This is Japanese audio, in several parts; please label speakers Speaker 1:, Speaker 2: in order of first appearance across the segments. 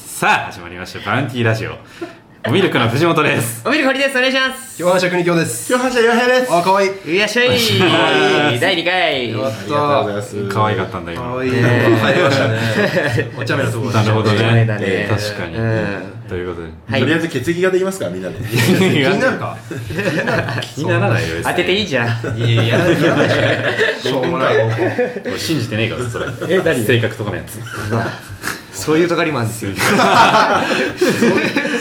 Speaker 1: さあ始まりましたバウンティーラジオおミルクの藤本です
Speaker 2: おみるこりです。お願いします。
Speaker 3: 共犯者国境です。
Speaker 4: 橋洋平です。
Speaker 3: あ、かわいい。
Speaker 2: いらっしゃい。第2回。
Speaker 3: やっ
Speaker 4: ありがとうござい
Speaker 3: た。
Speaker 4: ます。
Speaker 1: 可愛かったんだ
Speaker 3: か
Speaker 1: 今
Speaker 3: わいい。入りましたね。お茶目なところ
Speaker 1: なるほどね
Speaker 2: だね
Speaker 1: 確かに、
Speaker 2: うん
Speaker 1: ということで、
Speaker 2: は
Speaker 4: とりあえ
Speaker 2: い。
Speaker 4: ず血液ができますからみんなで。
Speaker 1: 気
Speaker 3: 気にな
Speaker 1: な
Speaker 3: るか
Speaker 1: 気にならないよ
Speaker 2: 当てていい
Speaker 1: ゃ
Speaker 2: じゃん。
Speaker 3: いやいや、いやしょうもない。
Speaker 1: ん俺信じてねえからそれえ何性格とかのやつ
Speaker 2: そういうとがりマンですよ。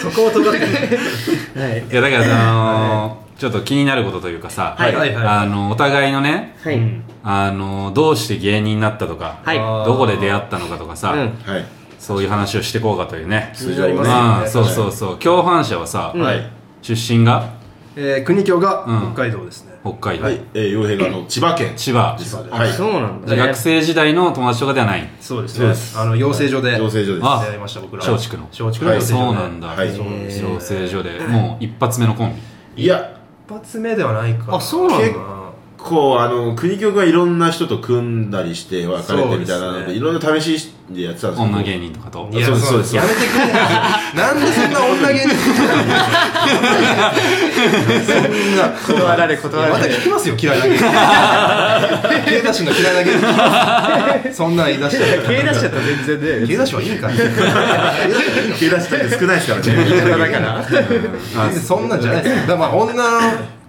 Speaker 3: そこを尖って
Speaker 2: はい。
Speaker 1: いやだからあのーちょっと気になることというかさ、
Speaker 2: はい
Speaker 3: はいはい
Speaker 1: あのお互いのね
Speaker 2: はい。
Speaker 1: あのどうして芸人になったとか、
Speaker 2: はい
Speaker 1: どこで出会ったのかとかさ、
Speaker 2: うん
Speaker 4: はい。
Speaker 1: そういう話をしていこうかというね
Speaker 3: 通常ありますよね
Speaker 1: ああそうそうそう共犯者はさ、
Speaker 4: はい。
Speaker 1: 出身が
Speaker 3: えー、国境が
Speaker 1: うん
Speaker 3: 北海道ですね。
Speaker 1: 北海道、
Speaker 4: はい。えー、洋平があの千葉県。
Speaker 1: 千葉
Speaker 4: 千葉で。
Speaker 2: あ
Speaker 4: はい。
Speaker 2: そうなんだね。
Speaker 1: 学生時代の友達とかではない
Speaker 3: そうです
Speaker 4: そう
Speaker 3: ね
Speaker 4: で。す
Speaker 3: あの、養成所で。
Speaker 4: 養成所です。
Speaker 1: あ
Speaker 3: 出会いました、僕ら。
Speaker 1: 松竹の
Speaker 3: 松竹の養成所で。
Speaker 1: そうなんだ、
Speaker 4: はいそう
Speaker 2: なんです
Speaker 1: 養成所でもう一発目のコンビ
Speaker 4: いや、
Speaker 3: 一発目ではないか。
Speaker 2: あそうなんだ
Speaker 3: 結構
Speaker 4: こう、あの、国局がいろんな人と組んだりして別れてみたいな
Speaker 3: そうで
Speaker 4: の
Speaker 3: すね
Speaker 4: で、いろんな試しでやってたんですけど。
Speaker 1: 女 芸人とかと
Speaker 3: いや、
Speaker 4: そうです
Speaker 3: そうで
Speaker 4: そうです
Speaker 3: す。やめてくれよ。なんでそんな女芸人。
Speaker 2: 断られ、断
Speaker 3: ま
Speaker 2: ら
Speaker 3: た
Speaker 2: れ。
Speaker 3: 聞きますよ、嫌いな芸人。 芸出しの嫌いな芸人聞きます。そんなん言い出したら。
Speaker 2: 手出しちゃった全然ね。
Speaker 3: 芸出しはいいんかい。芸出しはいいの
Speaker 4: 経出したって少ないですからね。
Speaker 2: だから。
Speaker 1: あ
Speaker 3: そんなんじゃないですよだからまあ女の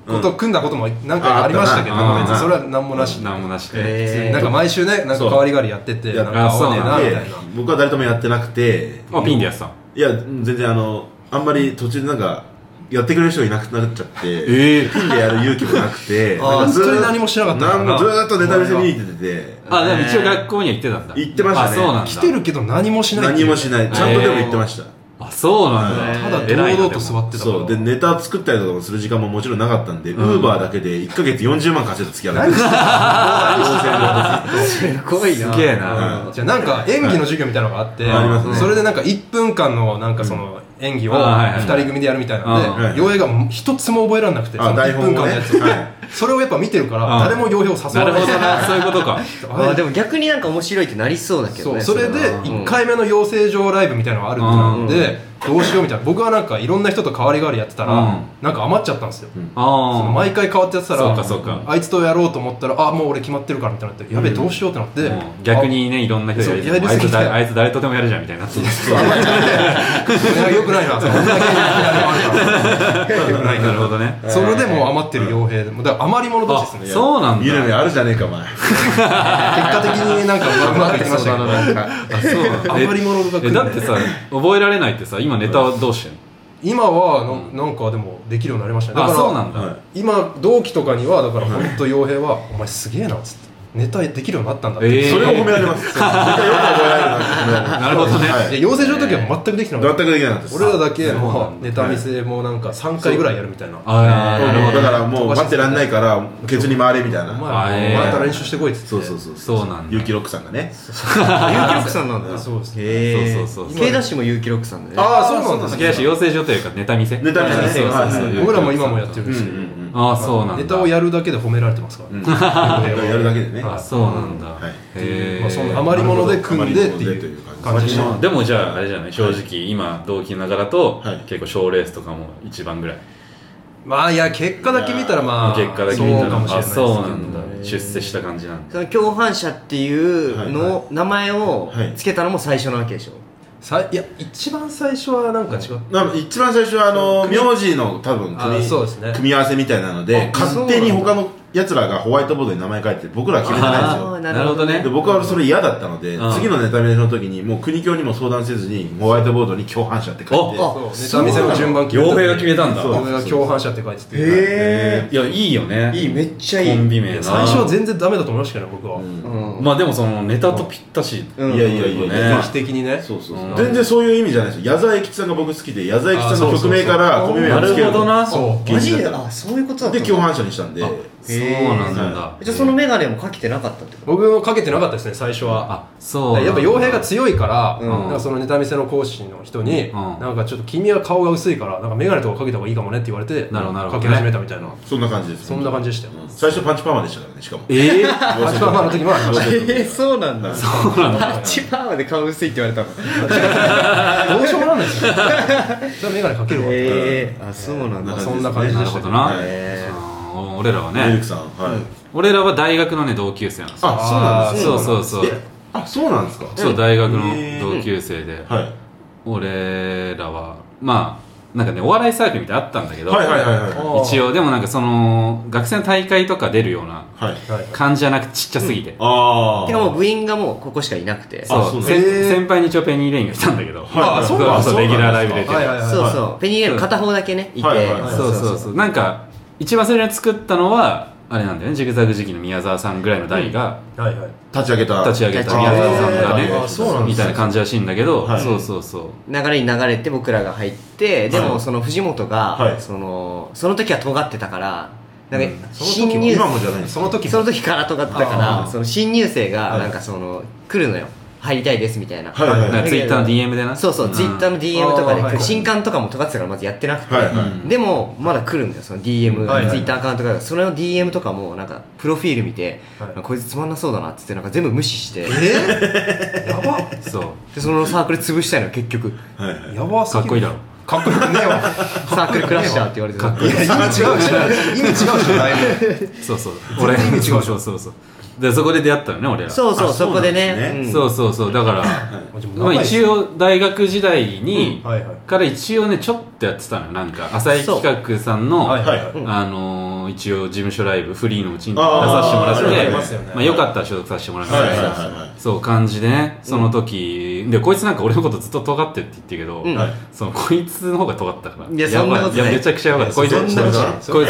Speaker 3: 子と組んだことも何回かありましたけど、
Speaker 1: うんああったな
Speaker 3: 別にそれは何もなしで、
Speaker 1: 何もなしで、
Speaker 2: え
Speaker 3: なんか毎週ねなんか代わり代わりやってて
Speaker 4: そう
Speaker 3: なんか合わねえなみた
Speaker 4: で
Speaker 3: いな
Speaker 4: 僕は誰ともやってなくて、
Speaker 1: あピンでやってたの
Speaker 4: いや、全然あの、あんまり途中でなんか、やってくれる人がいなくなっちゃって。
Speaker 1: ええ
Speaker 4: ピンでやる勇気もなくて
Speaker 3: あー
Speaker 4: なんかずー
Speaker 3: 本当に何もしなかったからな
Speaker 4: なんずーっとネタ見せ見に行ってて
Speaker 1: あでも一応学校には行ってたんだ
Speaker 4: 行ってましたね
Speaker 1: あそうなんだ
Speaker 3: 来てるけど何もしないって
Speaker 4: 何もしないちゃんとでも行ってました、
Speaker 1: あそうなんだ、
Speaker 3: ただ堂
Speaker 1: 偉いな
Speaker 3: 々
Speaker 1: でも
Speaker 3: と座ってたから
Speaker 4: そうでネタ作ったりとかもする時間ももちろんなかったんでウーバーだけで1ヶ月40万稼いだ月あるんですよ
Speaker 2: すごいな。
Speaker 1: すげえな、
Speaker 4: うん
Speaker 3: じゃあなんか演技の授業みたいなのがあって、
Speaker 4: ありますね
Speaker 3: それでなんか1分間のなんかその演技を
Speaker 1: あはいはい
Speaker 3: 2人組でやるみたいな
Speaker 1: あ
Speaker 3: んで陽平が一つも覚えられなくてそ
Speaker 4: あ
Speaker 3: の
Speaker 4: 台
Speaker 3: 1
Speaker 4: 本
Speaker 3: 分間
Speaker 4: も
Speaker 3: の
Speaker 4: ね
Speaker 3: やつを
Speaker 4: はい
Speaker 3: それをやっぱ見てるから
Speaker 1: あ
Speaker 3: 誰も陽平を誘
Speaker 1: な
Speaker 3: わ
Speaker 1: る
Speaker 3: ない
Speaker 1: ほどなそういうことか
Speaker 2: あでも逆になんか面白いってなりそうだけど
Speaker 3: そう
Speaker 2: ね。
Speaker 3: それで
Speaker 2: は
Speaker 3: 1回目の養成所ライブみたいなのがあるってなってどうしようみたいな僕はなんかいろんな人と代わり代わりやってた
Speaker 1: う
Speaker 3: ら
Speaker 1: ん
Speaker 3: なんか余っちゃったんですよその
Speaker 1: あ
Speaker 3: 毎回変わってやってた
Speaker 1: そうかそう
Speaker 3: ら
Speaker 1: か
Speaker 3: あいつとやろうと思ったらあもう俺決まってるからみたいになってやべえどうしようってなって
Speaker 1: あもう逆にねいろんな人がい
Speaker 3: そう
Speaker 1: る
Speaker 3: やり
Speaker 1: あい
Speaker 3: すぎ
Speaker 1: つ
Speaker 3: て
Speaker 1: 誰あいつ誰とでもやるじゃんみたいになって
Speaker 3: よくないなそんな芸人みたいなのもあるから
Speaker 1: なるほどね
Speaker 3: それでもう余ってる傭兵でもだから余り者同士
Speaker 1: あ
Speaker 3: ですね
Speaker 1: そうなんだ
Speaker 4: ゆるみあるじゃねえかお前
Speaker 3: 結果的になんかうまくいきましたけど
Speaker 1: あそうなんだえ
Speaker 3: 余り者が来る
Speaker 1: えだってさ覚えられないってさ今ネタはどうしてんの
Speaker 3: 今はななんかでもできるようになりましたねだか
Speaker 1: あ
Speaker 3: ら
Speaker 1: そうなんだ、
Speaker 4: は
Speaker 3: 今同期とかにはだから本当傭兵は「お前すげえな」っつってネタできるようになったんだっ
Speaker 1: え
Speaker 3: て、
Speaker 1: ー
Speaker 4: いそれを褒められます絶対よく覚えられるなって褒められます
Speaker 1: なるほどね、
Speaker 4: はい
Speaker 3: で養成所の時は全くできてなか
Speaker 4: 全
Speaker 3: った
Speaker 4: くできなかったです
Speaker 3: 俺らだけ
Speaker 1: そうな
Speaker 3: も
Speaker 1: ん
Speaker 3: う
Speaker 1: だ
Speaker 3: ネタ見せもなんか3回ぐらいやるみたいな「お
Speaker 1: ああなるほ
Speaker 4: もう
Speaker 1: ど
Speaker 4: だからもう待ってらんないからケツに回れみたいな
Speaker 1: あえー
Speaker 3: 前お前から練習してこい」っつって
Speaker 4: そうそうそう
Speaker 1: そうなんだ
Speaker 4: ゆきろくさんがね
Speaker 2: あ有機六さんなんだ。
Speaker 3: そうですね
Speaker 2: へえ。
Speaker 1: そうそうそう
Speaker 2: ケイダッシュも有機六さんだね。
Speaker 3: ああそうなんです
Speaker 1: 竹橋養成所というかネタ見せ
Speaker 4: ネタ見せね
Speaker 1: そうそうそう
Speaker 4: はい
Speaker 3: 僕らも今もやってるん
Speaker 4: うん
Speaker 3: で
Speaker 4: うん
Speaker 3: す
Speaker 4: う
Speaker 3: けど
Speaker 4: ん
Speaker 1: ああそうなんだ
Speaker 3: ネタをやるだけで褒められて ますからね
Speaker 4: やるだけでね
Speaker 1: あそうなんだ、
Speaker 4: はい
Speaker 1: へえ、
Speaker 3: まあその余り物で組んでって
Speaker 4: 余り
Speaker 3: い
Speaker 4: 物で
Speaker 3: う
Speaker 4: という感
Speaker 3: 感じ
Speaker 1: まあ
Speaker 3: の
Speaker 1: でもじゃああれじゃない正直今同期ながらと
Speaker 4: はい
Speaker 1: 結構賞レースとかも一番ぐらい
Speaker 3: まあいや結果だけ見たらまあ
Speaker 1: 結果だけ見た
Speaker 3: そうからもしれない
Speaker 1: あ
Speaker 3: ですけど
Speaker 1: そうなんだ出世した感じなんだ
Speaker 2: その共犯者っていうのを名前をつけたのも最初なわけでしょ、
Speaker 3: さいや一番最初はなんか違う
Speaker 4: なんか一番最初はあの名字の多分組
Speaker 3: あ
Speaker 4: み
Speaker 3: そうですね
Speaker 4: 組み合わせみたいなの
Speaker 2: あ
Speaker 4: で勝手に
Speaker 2: そうな
Speaker 4: 他のやつらがホワイトボードに名前書いて僕らは決めてないんです
Speaker 2: あ
Speaker 4: よ
Speaker 2: ー
Speaker 1: なーるほどね
Speaker 4: で僕はそれ嫌だったので
Speaker 1: うん
Speaker 4: 次のネタ見せの時にもう国境にも相談せずにホワイトボードに共犯者って書いて
Speaker 1: あ
Speaker 3: そうネタ見せの順番決め
Speaker 1: 傭
Speaker 3: た
Speaker 1: 兵が決めたんだ
Speaker 4: そう
Speaker 3: 俺が共犯者って書いてて、
Speaker 2: へ
Speaker 1: いやいいよね
Speaker 2: いいめっちゃいい
Speaker 1: コンビ名な
Speaker 3: 最初は全然ダメだと思いましたけどね僕は、
Speaker 2: うん
Speaker 1: まあでもそのネタとぴったし
Speaker 2: うん
Speaker 4: いやいやいやいや
Speaker 3: 劇的にね
Speaker 4: そうそう
Speaker 1: うん
Speaker 4: 全然そういう意味じゃないですよ矢沢永吉さんが僕好きで矢沢永吉さんの曲名から
Speaker 3: あそう
Speaker 4: コ
Speaker 3: そうそう
Speaker 4: ミ名をつけ
Speaker 1: なる
Speaker 4: る
Speaker 1: ほどな
Speaker 3: そ
Speaker 2: マジであそういうことだった
Speaker 4: で
Speaker 2: の
Speaker 4: 共犯者にしたんで
Speaker 1: あそうなんだ
Speaker 2: じゃあその眼鏡もかけてなかったってこ
Speaker 3: 僕もかけてなかったですね最初は
Speaker 1: あそうなんだ
Speaker 3: やっぱ傭兵が強いから、
Speaker 2: うん
Speaker 3: なんかそのネタ見せの講師の人に、
Speaker 1: ん
Speaker 3: なんかちょっと君は顔が薄いからなんか眼鏡とかかけた方がいいかもねって言われて
Speaker 1: なるほどなるほど
Speaker 3: かけ始めたみたいな
Speaker 4: そんな感じです
Speaker 3: そんな感じでしたよ
Speaker 4: うん最初パンチパーマでしたからねしかも
Speaker 1: ええ
Speaker 3: パンチパーマの時もありま
Speaker 2: とえー、そうなんだ
Speaker 1: そうなんだ
Speaker 2: パッチパーマで顔薄いって言われたの
Speaker 3: どうしようもなないですよそれ眼鏡かけるわ、
Speaker 2: えー、あそうなんだ
Speaker 4: な
Speaker 3: そんな感じ
Speaker 1: な
Speaker 3: で
Speaker 1: る
Speaker 3: し
Speaker 1: ほ
Speaker 3: たけ
Speaker 1: ど
Speaker 3: ど
Speaker 1: な、
Speaker 2: えー
Speaker 1: うん俺らは
Speaker 4: メルク
Speaker 1: ね
Speaker 4: さんはい、
Speaker 1: 俺らは大学のね同級生なんですよ
Speaker 4: あそうなんです
Speaker 1: そうそうそう
Speaker 4: えあそうなんですか
Speaker 1: そう大学の同級生で、
Speaker 4: はい
Speaker 1: 俺らはまあなんかねお笑いサークルみたいなのあったんだけど、
Speaker 4: はいはいはいは
Speaker 1: 一応でもなんかその学生の大会とか出るようない
Speaker 4: はい
Speaker 3: あーはい
Speaker 1: 感じじゃなくちっちゃすぎて、
Speaker 4: ああ
Speaker 2: てかもう部員がもうここしかいなくて
Speaker 4: あそうなんだ
Speaker 1: 先
Speaker 3: へー
Speaker 1: 先輩に一応ペニーレインが来たんだけど、
Speaker 4: はい
Speaker 3: あそうなんだ
Speaker 1: そうレギュラーライブ出てる、
Speaker 3: はいはいはい
Speaker 2: そうそうペニーレイの片方だけねいて
Speaker 4: はいはいはい
Speaker 1: そうそうそうなんか一番最初に作ったのはあれなんだよねジグザグ時期の宮沢さんぐらいの代が
Speaker 3: はいはい
Speaker 4: 立ち上げた
Speaker 1: 立ち上げた
Speaker 2: あー
Speaker 1: 宮沢さんがね、
Speaker 4: あーそうなんですね
Speaker 1: みたいな感じらしいんだけど、
Speaker 4: はい
Speaker 1: そうそうそう
Speaker 2: 流れに流れて僕らが入ってで
Speaker 4: はい
Speaker 2: もその藤本が、
Speaker 4: はい
Speaker 2: そのその時は尖ってたからなんか
Speaker 3: その時
Speaker 2: 新
Speaker 3: も
Speaker 2: 入、
Speaker 4: 今もじゃないんです
Speaker 3: そ
Speaker 4: か
Speaker 3: の時
Speaker 2: その
Speaker 3: も
Speaker 2: 時から尖ってたか
Speaker 4: あ
Speaker 2: ら
Speaker 4: ー
Speaker 2: その新入生が
Speaker 4: はい
Speaker 2: なんかその、来るのよ入りたいですみたいな、
Speaker 4: はいはい
Speaker 1: なんかツイッターの DM でな
Speaker 2: そうそう、
Speaker 1: ん
Speaker 2: ツイッターの DM とかで、
Speaker 3: あーはい
Speaker 2: 新刊とかも尖ってたからまずやってなくて、
Speaker 4: はいはい
Speaker 2: でもまだ来るんだよその DM が、
Speaker 3: はいはい
Speaker 2: ツイッターアカウントからその DM とかもなんかプロフィール見て、
Speaker 3: はい
Speaker 2: こいつつまんなそうだなっつってなんか全部無視して
Speaker 3: やば
Speaker 1: そう
Speaker 2: でそのサークル潰したいの結局
Speaker 4: はいはい
Speaker 3: やばす
Speaker 1: か
Speaker 3: ぎ
Speaker 1: っ
Speaker 3: る
Speaker 1: こいいだろ
Speaker 3: かっこよくねえわ
Speaker 2: サークルクラッシャーって言われてた
Speaker 1: かっこいい
Speaker 3: いや今違うし今違うしだいぶ
Speaker 1: そうそう俺
Speaker 3: 全然意味違う
Speaker 1: そうそうそうそうでそこで出会ったのね俺ら
Speaker 2: そうそう
Speaker 4: あ
Speaker 2: そこでね
Speaker 4: そうなんですね
Speaker 2: ん
Speaker 1: そうそうそうだから、まあ、一応大学時代に、
Speaker 3: はいはい
Speaker 1: から一応ねちょっとやってたのよなんか浅井企画さんの、
Speaker 3: はいはいはい
Speaker 2: うん
Speaker 1: あのー、一応事務所ライブフリーのうちに出
Speaker 4: あー
Speaker 1: させてもらって
Speaker 4: あり
Speaker 3: ますよね
Speaker 1: まあ、よかったら所属させてもらって、
Speaker 4: はいはいはいはい
Speaker 1: そう感じでねその時、でこいつなんか俺のことずっと尖ってるって言ってるけど、
Speaker 2: うん
Speaker 4: はい
Speaker 1: そのこいつの方が尖ったから
Speaker 2: いやそんなことない
Speaker 1: やばいやめちゃくちゃやばかったこいつ
Speaker 3: そんなことない
Speaker 1: こいつその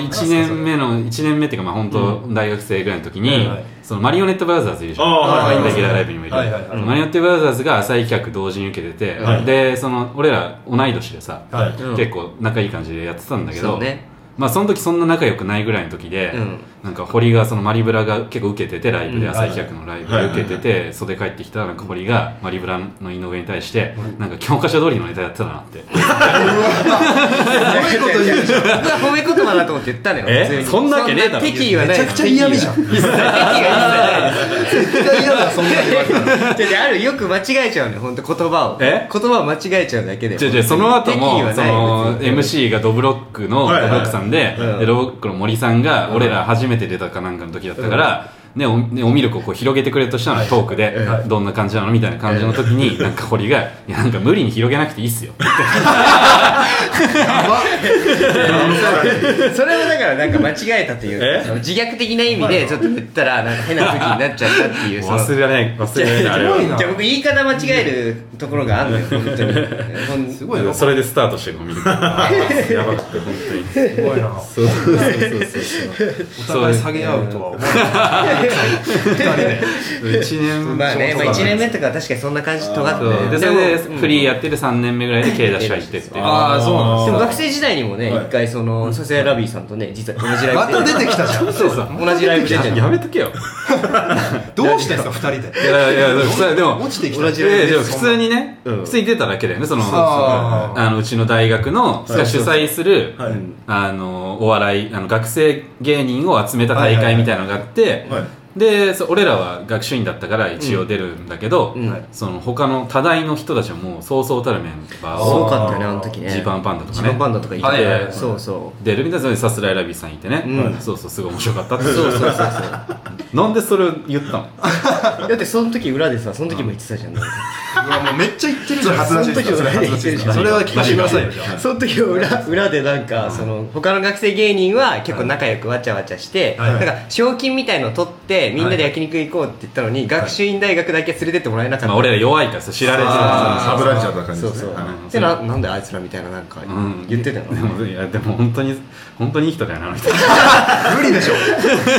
Speaker 1: 1年目の1年目っていうかまあ本当大学生ぐらいの時に、
Speaker 3: はいはい
Speaker 1: そのマリオネットブラザーズいるじゃん
Speaker 4: あ
Speaker 2: ーはいはい
Speaker 1: レギュラーライブにもいる、
Speaker 3: はいはいはい
Speaker 1: そのマリオネットブラザーズが浅井企画同時に受けてて、
Speaker 4: はい
Speaker 1: でその俺ら同い年でさ、
Speaker 3: はい
Speaker 2: うん
Speaker 1: 結構仲いい感じでやってたんだけど
Speaker 2: そうね
Speaker 1: まあその時そんな仲良くないぐらいの時で、
Speaker 2: うん
Speaker 1: なんか堀がそのマリブラが結構受けててライブで
Speaker 2: うん
Speaker 1: 朝日企画のライブで受けてて袖帰ってきたらなんか堀がマリブラの井上に対してなんか教科書通りのネタやってたなって
Speaker 3: 悪いこと言うじゃん
Speaker 2: 僕は褒め言葉だと思って言ったのよ
Speaker 1: え
Speaker 2: 普通に
Speaker 1: そんなわけねえだろ
Speaker 2: 敵意はない
Speaker 3: めちゃくちゃ嫌味じゃん
Speaker 2: 敵意はないです
Speaker 3: 絶対嫌だそんなの言われた
Speaker 2: 敵
Speaker 3: ら
Speaker 2: 意はないですであるよく間違えちゃうのよ本当言葉を
Speaker 1: え
Speaker 2: 言葉を間違えちゃうだけで
Speaker 1: じゃじゃその後
Speaker 2: 敵意
Speaker 1: も
Speaker 2: は
Speaker 1: そ
Speaker 2: ない
Speaker 1: の
Speaker 2: 別に
Speaker 1: MC がドブロックのドブ
Speaker 4: はい
Speaker 1: ロッ
Speaker 4: はい
Speaker 1: クさんで
Speaker 2: うん
Speaker 1: でドブロックの森さんが俺ら初めて出たかなんかの時だったからねおねおミルクをこう広げてくれとしたのトークで
Speaker 3: はい
Speaker 1: どんな感じなのみたいな感じの時になんか堀が「いやなんか無理に広げなくていいっすよ」
Speaker 2: それはだからなんか間違えたというかその自虐的な意味でちょっと言ったらなんか変な空気になっちゃったっていうその
Speaker 1: 忘れられない忘れられ ないあれ
Speaker 3: すごい
Speaker 1: は
Speaker 3: な
Speaker 2: じゃあ僕言い方間違えるところがあるのよ本 当にほん
Speaker 3: すごいなす
Speaker 1: それでスタートしてごめんやばかった本当に
Speaker 3: ごいな
Speaker 1: そうそうそうそう
Speaker 3: お互い下げ合うとは思わない
Speaker 1: 1年
Speaker 2: まあね、まあ、
Speaker 3: そ
Speaker 2: 1
Speaker 3: う
Speaker 2: 年目とかは確かにそんな感じ尖って
Speaker 1: そう
Speaker 2: て
Speaker 1: でそれで
Speaker 2: もうん
Speaker 1: フリーやってて3年目ぐらいで経営出し入ってっていう
Speaker 3: ああそう
Speaker 2: で
Speaker 3: なんで
Speaker 2: も学生時代にもね、一
Speaker 4: はい
Speaker 2: 回そのソセラビーさんとね実は同じ
Speaker 3: す
Speaker 2: ライ
Speaker 3: ま
Speaker 2: ブ
Speaker 3: た出てきたじゃん
Speaker 1: そうそう
Speaker 2: 同じライブ出て
Speaker 1: やめとけよ
Speaker 3: どうしてんすか二人
Speaker 1: い
Speaker 3: で
Speaker 1: やいや普通でも
Speaker 3: 落ちてきた
Speaker 1: 同じライブでいやいや普通にね
Speaker 2: うん
Speaker 1: 普通に出ただけだよねその
Speaker 3: そうそう
Speaker 1: あのうちの大学のが主催する
Speaker 4: はい
Speaker 1: あのお笑いあの学生芸人を集めた大会みたいなのがあって
Speaker 4: はい
Speaker 1: でそう俺らは学習院だったから一応出るんだけど、
Speaker 2: うん
Speaker 1: その他の多大の人たちはもうそうそうたるメンバー
Speaker 2: すご
Speaker 1: を
Speaker 2: かったよねあの時ね
Speaker 1: ジーパンパンダとかね
Speaker 2: ジーパンパンダとかいて、
Speaker 1: はいはいはい
Speaker 2: そうそ
Speaker 1: 出るみたいなのでさすらいラビーさんいてね、
Speaker 2: うん
Speaker 1: そうそうすごい面白かったっ
Speaker 2: う
Speaker 1: て
Speaker 2: そうそうそうそう
Speaker 1: なんでそれを言ったの
Speaker 2: だってその時裏でさその時も言ってたじゃん
Speaker 3: うわもうめっちゃ言ってるじゃん
Speaker 4: それ恥ずかしい
Speaker 3: それ恥ずかしい
Speaker 2: それ
Speaker 3: それは聞かせてくださいよじゃ
Speaker 2: その時は 裏裏でなんか、その他の学生芸人は結構仲良くわちゃわちゃして、
Speaker 3: はい
Speaker 2: なんか賞金みたいの取ってみんなで焼肉行こうって言ったのに、学習院大学だけ連れてってもらえなかった、
Speaker 1: まあ俺ら弱いからさ知られてる
Speaker 3: あ
Speaker 4: サブランチャーな感じ
Speaker 2: そう
Speaker 4: です
Speaker 2: そう、
Speaker 4: ねはい
Speaker 2: でななんであいつらみたいななんか
Speaker 1: うん
Speaker 2: 言ってたの、
Speaker 1: でもいやでも本当に本当にいい人だよなみたいな
Speaker 3: あ無理でしょい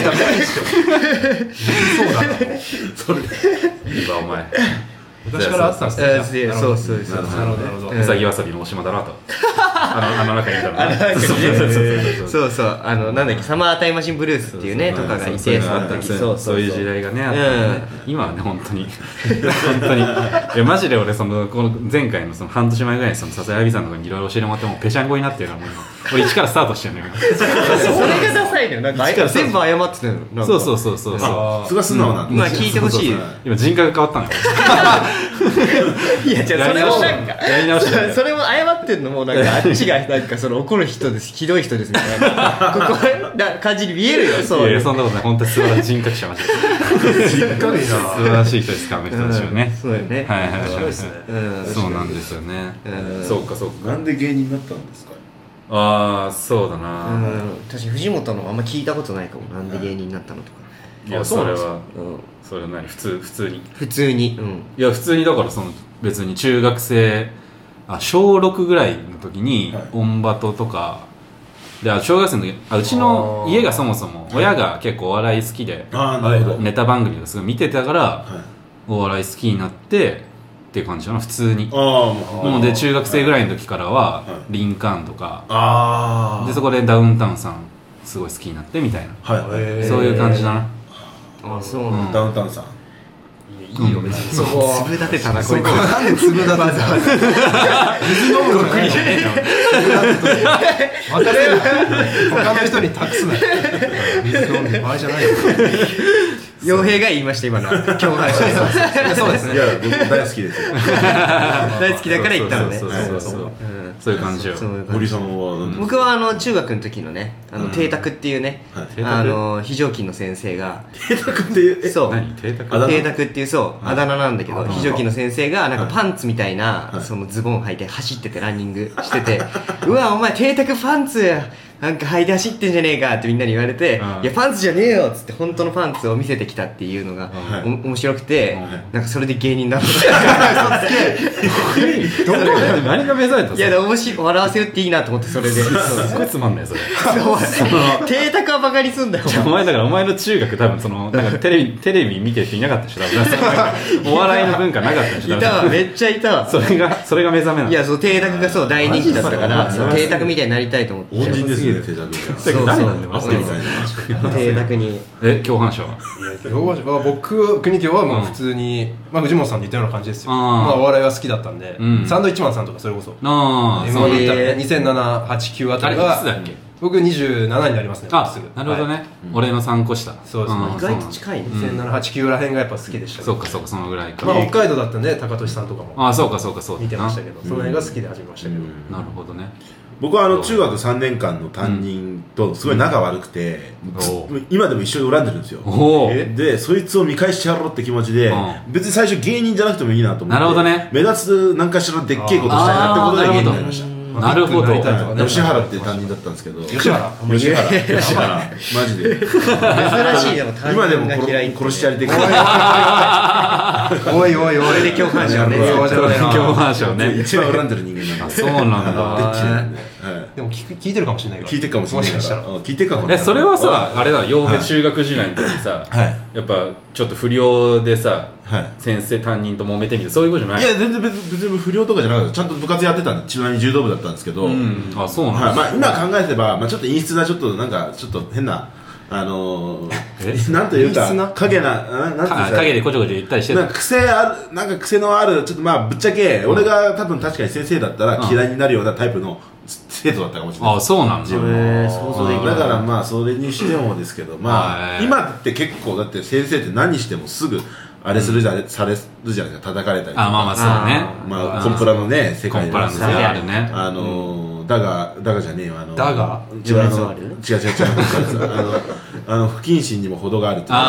Speaker 3: や無理でしょそうだ
Speaker 1: いいわお前
Speaker 3: 昔からあったんです
Speaker 2: えー
Speaker 3: ねじゃあ
Speaker 2: そうそうそう
Speaker 3: なるほどなるほど
Speaker 1: うさぎわさびの大島だなとあのあの中にいたらなそうそうそうそうそう
Speaker 2: そうそうあのなんだっけサマータイムマシンブルースっていうね
Speaker 1: そう
Speaker 2: とかがい
Speaker 1: そう
Speaker 2: て
Speaker 1: そうそ
Speaker 2: そ
Speaker 1: う
Speaker 2: の
Speaker 1: そう
Speaker 2: 時
Speaker 1: そう
Speaker 2: そう
Speaker 1: そういう時代がねあったね今はね本当に本当にいやマジで俺そのこの前回のその半年前ぐらいにその笹谷亜美さんとかにいろいろ教えてもらってもうぺしゃんこになってるからもう今俺一からスタートしてるのよ
Speaker 2: それがダサいのよなんかあいつら全部謝ってたのなんか
Speaker 1: そうそうそうそうそう
Speaker 4: それが素直な
Speaker 2: まあ聞いてほしい
Speaker 1: 今人格が変わったのよ
Speaker 2: いや、じゃあそれもなんか、
Speaker 1: やり直しだよ
Speaker 2: それも謝ってんのも、なんか、あっちが、なんか、その怒る人です、ひどい人ですみたいな、ここな感じに見えるよ、
Speaker 1: い
Speaker 2: そ
Speaker 1: や
Speaker 2: う
Speaker 1: い
Speaker 2: い
Speaker 1: や
Speaker 2: う。
Speaker 1: そんなことない本当に素晴らしい人格者 マジで
Speaker 3: しっかりな
Speaker 1: 素晴らしい人ですからあの人たちはね
Speaker 2: うんそうよね
Speaker 1: はいはい
Speaker 2: 面白いですね
Speaker 1: はいそうなんですよね
Speaker 2: うん
Speaker 1: そうかそうか
Speaker 4: なんで芸人になったんですか
Speaker 1: ああそうだ
Speaker 2: う、
Speaker 1: なん
Speaker 2: 私、藤本のあんま聞いたことないかも、なんで芸人になったのとか。
Speaker 1: いや
Speaker 3: あそう
Speaker 1: そ
Speaker 3: なん
Speaker 1: れ
Speaker 3: です
Speaker 1: は
Speaker 2: うん
Speaker 1: それは何普通普通に
Speaker 2: 普通に。うん
Speaker 1: いや普通にだからその別に中学生あ小6ぐらいの時に
Speaker 4: はい
Speaker 1: オンバトとかであ小学生の時あうちの家がそもそも親が結構お笑い好きで
Speaker 4: ああなるほど、
Speaker 1: ネタ番組とかすごい見てたから
Speaker 4: はい、
Speaker 1: お笑い好きになってっていう感じかな普通に
Speaker 4: ああも
Speaker 1: なので中学生ぐらいの時からは
Speaker 4: は
Speaker 1: リンカーンとか
Speaker 4: ああ
Speaker 1: でそこでダウンタウンさんすごい好きになってみたいな
Speaker 4: はいはい、
Speaker 3: へー
Speaker 1: そういう感じだな
Speaker 2: あ、そうな
Speaker 1: うん
Speaker 2: だ。
Speaker 1: ん
Speaker 4: ダウンタウンさん
Speaker 1: いいよ別に
Speaker 2: そこは。つぶ立てたな、こいつ。
Speaker 3: なんで粒立てたの 水飲むのかよまたね他の人に託すなよ水飲んでる場合じゃないよ
Speaker 2: 洋平が言いました、今のは。共犯者です。そうです
Speaker 4: い。や僕大好きですよ
Speaker 2: 大好きだから言ったのね。
Speaker 1: そうそうそうそう
Speaker 2: うん
Speaker 1: そういう感じよ
Speaker 2: そういう感じ
Speaker 4: 森さんは何ですか
Speaker 2: 僕はあの中学の時のねあ
Speaker 4: う
Speaker 2: の
Speaker 4: ん
Speaker 2: 邸宅っていうね、
Speaker 4: はい
Speaker 1: 邸宅
Speaker 2: あの非常勤の先生が
Speaker 4: 邸宅っていうえ
Speaker 2: そう
Speaker 1: 何邸宅
Speaker 4: あだ名
Speaker 2: 邸宅っていうそうあだ名なんだけど非常勤の先生がなんかパンツみたいな、
Speaker 4: はい
Speaker 2: そのズボン履いて走っててランニングしてて うわお前邸宅パンツなんか履いて走ってんじゃねえかってみんなに言われて、
Speaker 1: うん
Speaker 2: いやパンツじゃねえよっつって本当のパンツを見せてきたっていうのが、
Speaker 4: はい
Speaker 2: お面白くて、
Speaker 1: うん
Speaker 2: なんかそれで芸人になった
Speaker 1: どこで何が目覚めたの
Speaker 2: いやでも面白い笑わせるっていいなと思ってそれでそう
Speaker 1: すごいつまんないそれ
Speaker 2: お前邸宅はバカにすんだよ
Speaker 1: じゃあお前だからお前の中学多分そのなんかテレビテレビ見てる人いなかったでしょ多分そのなんかお 笑いの文化なかったでし
Speaker 2: い
Speaker 1: ょ
Speaker 2: た
Speaker 1: 多
Speaker 2: わ
Speaker 1: 分
Speaker 2: めっちゃいたわ
Speaker 1: それがそれが目覚めなの
Speaker 2: いやそう邸宅がそう大人気だったか
Speaker 4: マ
Speaker 2: ら
Speaker 4: ジ
Speaker 2: そう
Speaker 4: マジ
Speaker 2: 邸宅みたいになりたいと思って
Speaker 4: 恩人ですね邸
Speaker 1: そ
Speaker 4: 宅
Speaker 1: れ
Speaker 2: そう
Speaker 1: 誰
Speaker 2: そ
Speaker 1: なんだよマジで
Speaker 2: う邸宅に
Speaker 1: え共犯者は
Speaker 3: 両方は僕は国京はもう普通に、まあ、藤本さんと言ったような感じですよ、
Speaker 1: うん
Speaker 3: まあ、お笑いは好きだったんで、
Speaker 1: うん
Speaker 3: サンドイッチマンさんとかそれこそ、
Speaker 1: ああ
Speaker 3: m
Speaker 1: そ
Speaker 2: な
Speaker 1: うん
Speaker 2: だ
Speaker 1: だ
Speaker 3: 1行ったら200789あたり
Speaker 1: あれいつだ
Speaker 3: が
Speaker 1: っけ
Speaker 3: 僕27になりますねもう
Speaker 1: あ
Speaker 3: すぐ
Speaker 1: なるほどね、
Speaker 3: はい
Speaker 1: 俺の参考した
Speaker 3: そうそう
Speaker 2: 意外と近いね
Speaker 1: うん
Speaker 3: 200789らへんがやっぱ好きでしたね
Speaker 1: そうかそうかそのぐらいか、
Speaker 3: まあ、北海道だったんで高俊さんとかも
Speaker 1: ああそうかそうかそうだな
Speaker 3: 見てましたけどその辺が好きで始めましたけど、
Speaker 4: うん
Speaker 1: なるほどね
Speaker 4: 僕はあの中学3年間の担任とすごい仲悪くて、
Speaker 1: うん
Speaker 4: ず
Speaker 1: おう
Speaker 4: 今でも一緒に恨んでるんですよ
Speaker 1: おお
Speaker 4: えでそいつを見返してやろうって気持ちで、
Speaker 1: うん
Speaker 4: 別に最初芸人じゃなくてもいいなと思って
Speaker 1: なるほどね
Speaker 4: 目立つ何かしらでっけえことしたいなってことで芸人になりました
Speaker 1: なるほど
Speaker 3: ビッグになりたいとか
Speaker 4: はい吉原っていう担任だったんですけど
Speaker 3: 吉原
Speaker 4: 吉原吉原マジで
Speaker 2: 珍しいでも担
Speaker 4: 今で
Speaker 2: 任
Speaker 4: も
Speaker 2: が
Speaker 4: 殺
Speaker 2: 嫌い
Speaker 4: 殺してやりてえ
Speaker 3: おいおいおい
Speaker 2: これで共犯者ね
Speaker 4: なるほど
Speaker 3: そうじゃないな
Speaker 1: 共犯者をね
Speaker 4: 一番恨んでる人間なん
Speaker 1: あ
Speaker 4: で
Speaker 1: そうなんだ
Speaker 4: どっちなんではい
Speaker 3: でも聞く聞いてるかもしれないから
Speaker 4: 聞いてるかもしれない
Speaker 3: もしかし
Speaker 4: か
Speaker 3: た
Speaker 4: ら
Speaker 3: ら
Speaker 4: うん聞いてるかもし れ
Speaker 1: え
Speaker 4: ない
Speaker 1: それは さあれだ洋平中学時代の時 さ、
Speaker 4: はい
Speaker 1: やっぱちょっと不良でさ、
Speaker 4: はい
Speaker 1: 先生担任と揉めてみてそういうことじゃない
Speaker 4: いや全然別別に不良とかじゃなかったちゃんと部活やってたんでちなみに柔道部だったんですけど、
Speaker 1: うんあそう
Speaker 4: は
Speaker 1: ないん
Speaker 4: ま
Speaker 1: だ、
Speaker 4: あ、今考えてば、まあ、ちょっと陰湿なちょっとなんかちょっと変なあのー、
Speaker 1: え
Speaker 4: なんという
Speaker 3: 陰湿な
Speaker 4: か影なななんていうんです
Speaker 1: あ
Speaker 4: か
Speaker 1: 陰でこちょこちょ言ったりして
Speaker 4: なん
Speaker 1: た
Speaker 4: か癖あるなんか癖のあるちょっとまあぶっちゃけ、俺が多分確かに先生だったら嫌いになるようなタイプの生徒だったかもしれない
Speaker 1: ああそうなんだ
Speaker 4: 自分
Speaker 2: へー想像できない
Speaker 4: だからまあそれにしてもですけどま
Speaker 1: は
Speaker 4: あ
Speaker 1: い
Speaker 4: 今って結構だって先生って何してもすぐあれするじゃ、されるじゃないですか叩かれたりとか
Speaker 1: あまあまあそうね
Speaker 4: まあ
Speaker 1: うん
Speaker 4: コンプラのね世
Speaker 1: コ
Speaker 4: 界
Speaker 1: ンプラの
Speaker 4: です
Speaker 1: 世
Speaker 4: よ
Speaker 1: 界あるね
Speaker 4: あのーだがだがじゃねえよあの
Speaker 3: だが
Speaker 4: 違う
Speaker 2: 情
Speaker 4: あの
Speaker 2: 熱はある
Speaker 4: 違う違う違うあのあの不謹慎にも程があるとか
Speaker 3: あ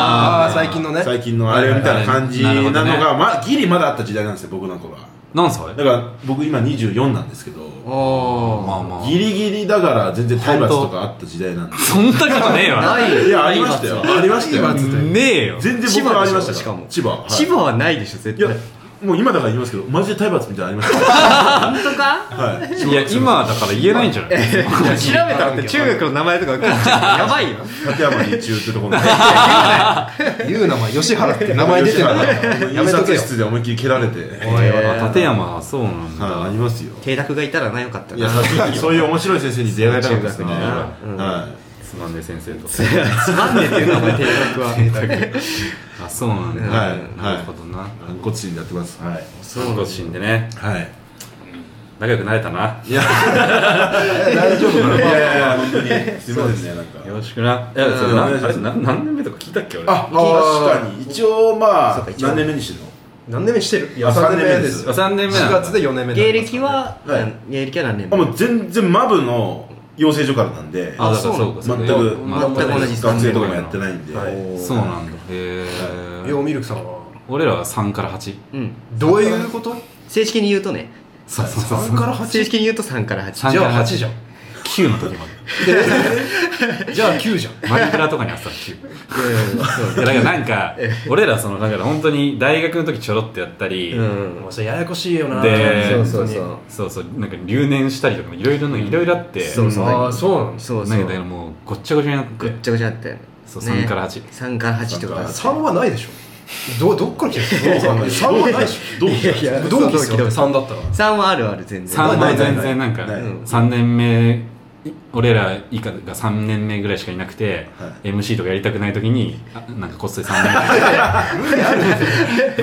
Speaker 1: あ
Speaker 3: あー最近のね
Speaker 4: 最近のあれみたいな感じなの
Speaker 1: なるほど
Speaker 4: がまあギリまだあった時代なんですよ僕の頃は
Speaker 1: 何歳
Speaker 4: だから僕今24なんですけど
Speaker 2: お
Speaker 1: まあまあ
Speaker 4: ギリギリだから全然体罰とかあった時代なんで
Speaker 1: そんなことねえわ
Speaker 2: ないよ
Speaker 4: いやありましたよありましたよ
Speaker 1: ねえよ
Speaker 4: 全然僕はありまし
Speaker 2: 千葉でし
Speaker 4: た
Speaker 2: ょしかも
Speaker 4: 千葉はい
Speaker 2: 千葉はないでしょ絶
Speaker 4: いや
Speaker 2: 対
Speaker 4: もう今だから言いますけどマジで体罰みたいなのありました
Speaker 2: 本当か
Speaker 4: はい
Speaker 1: いや今だから言えないんじゃない
Speaker 2: 調べたらって中学の名前とか分かっちゃうやばいよ
Speaker 4: 立山日中ってところの
Speaker 3: 言う名前吉原って名前出てるからや
Speaker 4: 印
Speaker 3: めとけ
Speaker 4: 刷
Speaker 3: よ
Speaker 4: 室で思いっきり蹴られて
Speaker 3: おいおい
Speaker 1: あ立山はそうなんだ
Speaker 4: はいありますよ
Speaker 2: 邸宅がいたらなよかった
Speaker 4: いや
Speaker 2: な
Speaker 4: さすがそういう面白い先生に出会えたんですね
Speaker 2: 中学
Speaker 1: だ
Speaker 2: なうん
Speaker 4: は
Speaker 1: つまんねえ先生と
Speaker 2: つまんねえっていうのお前邸宅は
Speaker 1: あそうなんだ
Speaker 4: はい
Speaker 1: なるほどない
Speaker 4: 骨になってますはい
Speaker 1: そうのシーンでね
Speaker 4: はい
Speaker 1: 仲良くなれたない
Speaker 4: や大丈夫かないやいやいや本当にすいませんねなんか
Speaker 1: よろしくないやそれなあれな何年目とか聞いたっけ俺
Speaker 4: あ確かに一応ま
Speaker 2: そう
Speaker 4: あ
Speaker 2: か一応
Speaker 4: 何年目にしてるの
Speaker 3: 何年目してるい
Speaker 4: あ
Speaker 3: や
Speaker 4: 三
Speaker 3: 3
Speaker 4: 年
Speaker 3: 年
Speaker 4: 目
Speaker 3: 目
Speaker 4: で
Speaker 3: ですす
Speaker 1: あ三年目なん
Speaker 3: 4
Speaker 1: だ
Speaker 3: 月で4年目にな
Speaker 2: 芸
Speaker 3: ります
Speaker 2: 歴は、
Speaker 4: はい
Speaker 2: なん芸歴は何年
Speaker 4: あ
Speaker 2: 目
Speaker 4: もう全然マブの養成所からなんで
Speaker 1: あだから
Speaker 2: そうな
Speaker 1: そう
Speaker 2: の
Speaker 1: か
Speaker 4: 全く
Speaker 1: そう
Speaker 4: 全
Speaker 1: か
Speaker 4: く
Speaker 1: 全く同じ
Speaker 4: 学生とかもやってないんで、
Speaker 3: はい
Speaker 4: おー
Speaker 1: そうなんだへ
Speaker 3: よ
Speaker 1: え
Speaker 3: うミルクさんは
Speaker 1: 俺らは3から8
Speaker 2: うん
Speaker 3: どういうこと
Speaker 2: 正式に言うとね
Speaker 1: そうそうそう
Speaker 3: 3から
Speaker 2: 正
Speaker 3: 8?
Speaker 2: 式に言うと3から8
Speaker 1: 三
Speaker 3: じ
Speaker 1: か
Speaker 3: ゃ
Speaker 1: ら
Speaker 3: あ8
Speaker 1: 八
Speaker 3: じゃん
Speaker 1: 9の時まで
Speaker 3: じゃあ9じゃん
Speaker 1: マリクラとかにあったら9
Speaker 2: うんそう
Speaker 1: いやだからなんか俺らそのだから本当に大学の時ちょろっとやったり、
Speaker 2: うん
Speaker 3: もうそれややこしいよな
Speaker 1: で
Speaker 2: そうそうそう
Speaker 3: 本
Speaker 1: そうそうなんか留年したりとかいろいろないろいろあって、
Speaker 2: そう
Speaker 3: 当にああそうなんです
Speaker 2: そう
Speaker 1: な
Speaker 2: そ
Speaker 1: ん
Speaker 2: う
Speaker 1: かだからもうごっちゃごちゃになって
Speaker 2: ぐっちゃぐちゃだったよね
Speaker 1: そう3から8
Speaker 2: 3から8ってことだ
Speaker 3: 3はないでしょどどっから来てるの3はないでし
Speaker 4: どう
Speaker 2: いやいや
Speaker 3: ょドンキっすよ
Speaker 2: ドンキドン
Speaker 3: 3だったら
Speaker 2: 3はあるある全然
Speaker 1: 3
Speaker 3: な
Speaker 1: はい
Speaker 3: ない
Speaker 1: 全然なんか
Speaker 4: ない
Speaker 2: うん
Speaker 1: 3年目俺ら以下が3年目ぐらいしかいなくて、MC とかやりたくない時にあなんかこっそり3年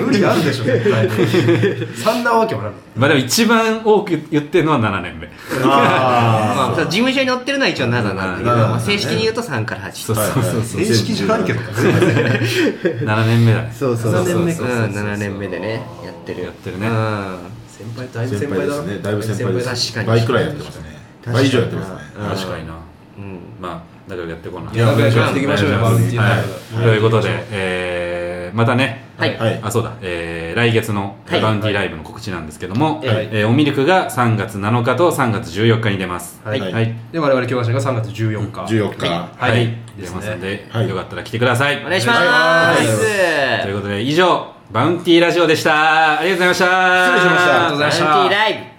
Speaker 1: 目
Speaker 3: 無理あるでしょ絶対にそんなわけもない
Speaker 1: まあでも一番多く言ってるのは7年目
Speaker 2: まあ
Speaker 4: あ
Speaker 2: そう事務所に乗ってるのは一応7なんだけど、
Speaker 4: うん
Speaker 2: まあ、正式に言うと3から8
Speaker 1: そう
Speaker 4: ー
Speaker 1: そうそう、
Speaker 3: 正式じゃないけど
Speaker 1: 7年目だね
Speaker 2: そうそう
Speaker 3: 7年目
Speaker 2: う
Speaker 3: か
Speaker 2: ん、
Speaker 3: そうそうそう
Speaker 2: 7年目でねやってる
Speaker 1: やってるね
Speaker 2: うん
Speaker 3: 先輩だいぶ
Speaker 4: 先
Speaker 3: 先
Speaker 4: 輩
Speaker 3: 輩
Speaker 4: で
Speaker 3: だ
Speaker 4: すねだいぶ先輩です
Speaker 2: 先輩だ確かに
Speaker 4: 倍くらいやってますね
Speaker 2: 確かに
Speaker 4: 倍以上やってますね
Speaker 2: うん
Speaker 1: 確かにな
Speaker 2: うん
Speaker 1: まあだからやってこない
Speaker 3: いや仲良くやっていきましょうよ
Speaker 1: はい
Speaker 3: バウンティー
Speaker 1: はい
Speaker 3: ライブ
Speaker 1: ということで、えーまたね、
Speaker 2: はい
Speaker 4: はい
Speaker 1: あそうだ、えー来月の
Speaker 2: はい
Speaker 1: バウンティーライブの告知なんですけども、
Speaker 4: はい
Speaker 1: えーおみるくが3月7日と3月14日に出ます。
Speaker 3: はい
Speaker 1: はい。
Speaker 3: で我々共和者が3月14日
Speaker 4: 14日
Speaker 1: はい
Speaker 3: はい
Speaker 1: 出ますので、
Speaker 4: はい
Speaker 1: よかったら来てください。
Speaker 2: お願いします、
Speaker 4: はい
Speaker 1: ということで、以上、バウンティーラジオでした。ありがとうございました。
Speaker 4: 失礼しました
Speaker 2: バウンティーライブ